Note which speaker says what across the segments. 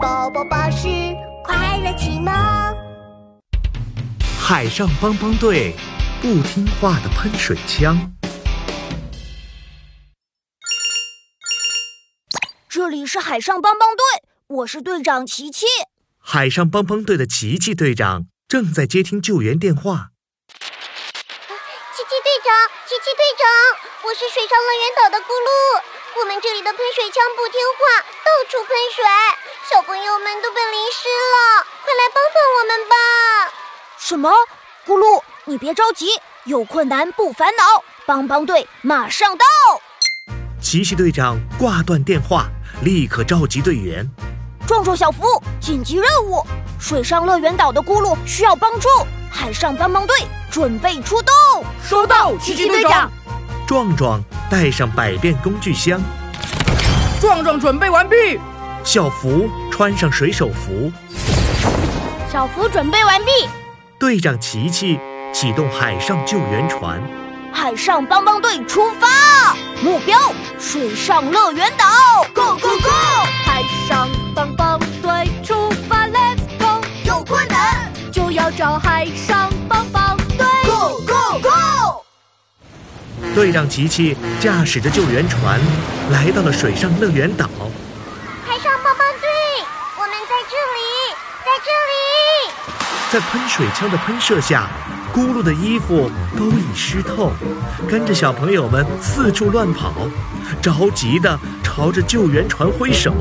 Speaker 1: 宝宝巴士快乐启蒙。
Speaker 2: 海上帮帮队，不听话的喷水枪。
Speaker 3: 这里是海上帮帮队，我是队长琪琪。
Speaker 2: 海上帮帮队的琪琪队长正在接听救援电话。
Speaker 4: 奇奇队长，奇奇队长，我是水上乐园岛的咕噜。我们这里的喷水枪不听话，到处喷水，小朋友们都被淋湿了。快来帮帮我们吧！
Speaker 3: 什么？咕噜，你别着急，有困难不烦恼，帮帮队马上到。
Speaker 2: 琪琪队长挂断电话，立刻召集队员。
Speaker 3: 壮壮小福，紧急任务：水上乐园岛的咕噜需要帮助，海上帮帮队准备出动。
Speaker 5: 收到，奇奇队长。
Speaker 2: 壮壮带上百变工具箱，
Speaker 5: 壮壮准备完毕。
Speaker 2: 小福穿上水手服，
Speaker 6: 小福准备完毕。
Speaker 2: 队长琪琪启动海上救援船。
Speaker 3: 海上帮帮队出发，目标水上乐园岛。
Speaker 7: Go go go！海上帮帮队出发，Let's go！
Speaker 1: 有困难
Speaker 7: 就要找海上帮帮队。
Speaker 1: ，Go Go Go！
Speaker 2: 队长琪琪驾驶着救援船，来到了水上乐园岛。
Speaker 4: 海上帮帮队，我们在这里，在这里。
Speaker 2: 在喷水枪的喷射下，咕噜的衣服都已湿透，跟着小朋友们四处乱跑，着急的朝着救援船挥手。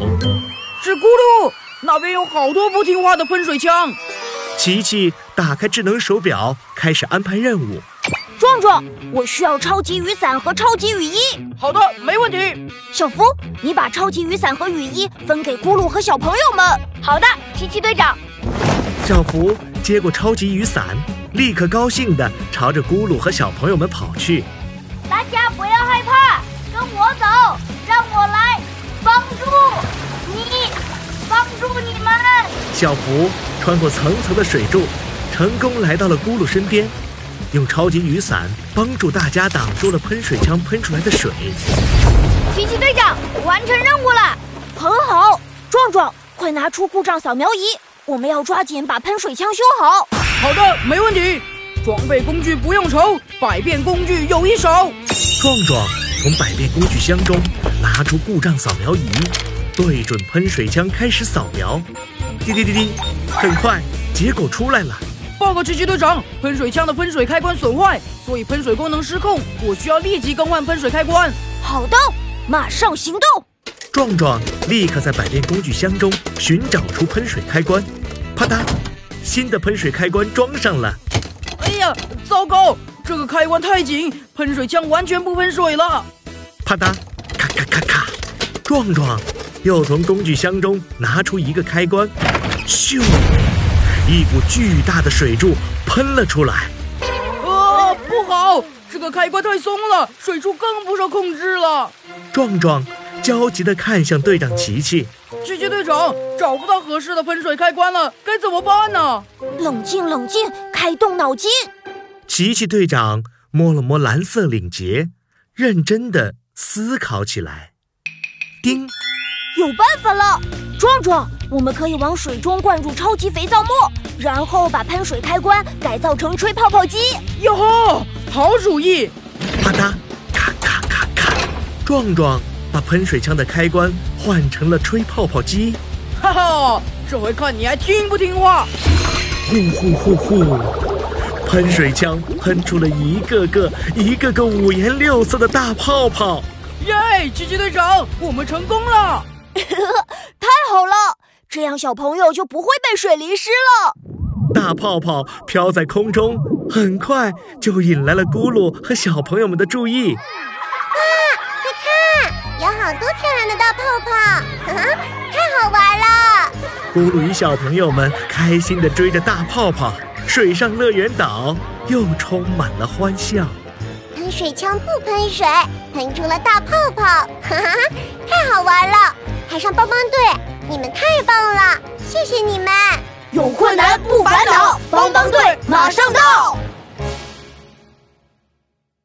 Speaker 5: 是咕噜，那边有好多不听话的喷水枪。
Speaker 2: 琪琪打开智能手表，开始安排任务。
Speaker 3: 壮壮，我需要超级雨伞和超级雨衣。
Speaker 5: 好的，没问题。
Speaker 3: 小福，你把超级雨伞和雨衣分给咕噜和小朋友们。
Speaker 6: 好的，琪琪队长。
Speaker 2: 小福接过超级雨伞，立刻高兴地朝着咕噜和小朋友们跑去。
Speaker 6: 大家不要害怕，跟我走，让我来帮助你，帮助你们。
Speaker 2: 小福穿过层层的水柱，成功来到了咕噜身边，用超级雨伞帮助大家挡住了喷水枪喷出来的水。
Speaker 6: 琪琪队长完成任务了。
Speaker 3: 很好，壮壮，快拿出故障扫描仪，我们要抓紧把喷水枪修好。
Speaker 5: 好的，没问题。装备工具不用愁，百变工具有一手。
Speaker 2: 壮壮从百变工具箱中拿出故障扫描仪，对准喷水枪开始扫描。滴滴滴滴，很快结果出来了。
Speaker 5: 报告奇奇队长，喷水枪的喷水开关损坏，所以喷水功能失控。我需要立即更换喷水开关。
Speaker 3: 好的，马上行动。
Speaker 2: 壮壮立刻在百变工具箱中寻找出喷水开关，啪嗒，新的喷水开关装上了。
Speaker 5: 哎呀，糟糕！这个开关太紧，喷水枪完全不喷水了。
Speaker 2: 啪嗒，咔咔咔咔，壮壮又从工具箱中拿出一个开关，咻，一股巨大的水柱喷了出来。
Speaker 5: 啊，不好！这个开关太松了，水柱更不受控制了。
Speaker 2: 壮壮焦急地看向队长琪琪，
Speaker 5: 奇奇队长找不到合适的喷水开关了，该怎么办呢？
Speaker 3: 冷静，冷静，开动脑筋。
Speaker 2: 琪琪队长摸了摸蓝色领结，认真地思考起来。叮，
Speaker 3: 有办法了，壮壮，我们可以往水中灌入超级肥皂沫，然后把喷水开关改造成吹泡泡机。
Speaker 5: 哟吼，好主意！
Speaker 2: 啪嗒，咔咔咔咔，壮壮把喷水枪的开关换成了吹泡泡机。
Speaker 5: 哈哈，这回看你还听不听话！
Speaker 2: 呼呼呼呼，喷水枪喷出了一个个、一个个五颜六色的大泡泡。
Speaker 5: 耶，奇奇队长，我们成功了！
Speaker 3: 太好了，这样小朋友就不会被水淋湿了。
Speaker 2: 大泡泡飘在空中，很快就引来了咕噜和小朋友们的注意。
Speaker 4: 有好多漂亮的大泡泡，呵呵太好玩了！
Speaker 2: 咕噜与小朋友们开心地追着大泡泡，水上乐园岛又充满了欢笑。
Speaker 4: 喷水枪不喷水，喷出了大泡泡， 哈哈，太好玩了！海上帮帮队，你们太棒了，谢谢你们！
Speaker 3: 有困难不烦恼，帮帮队马上到。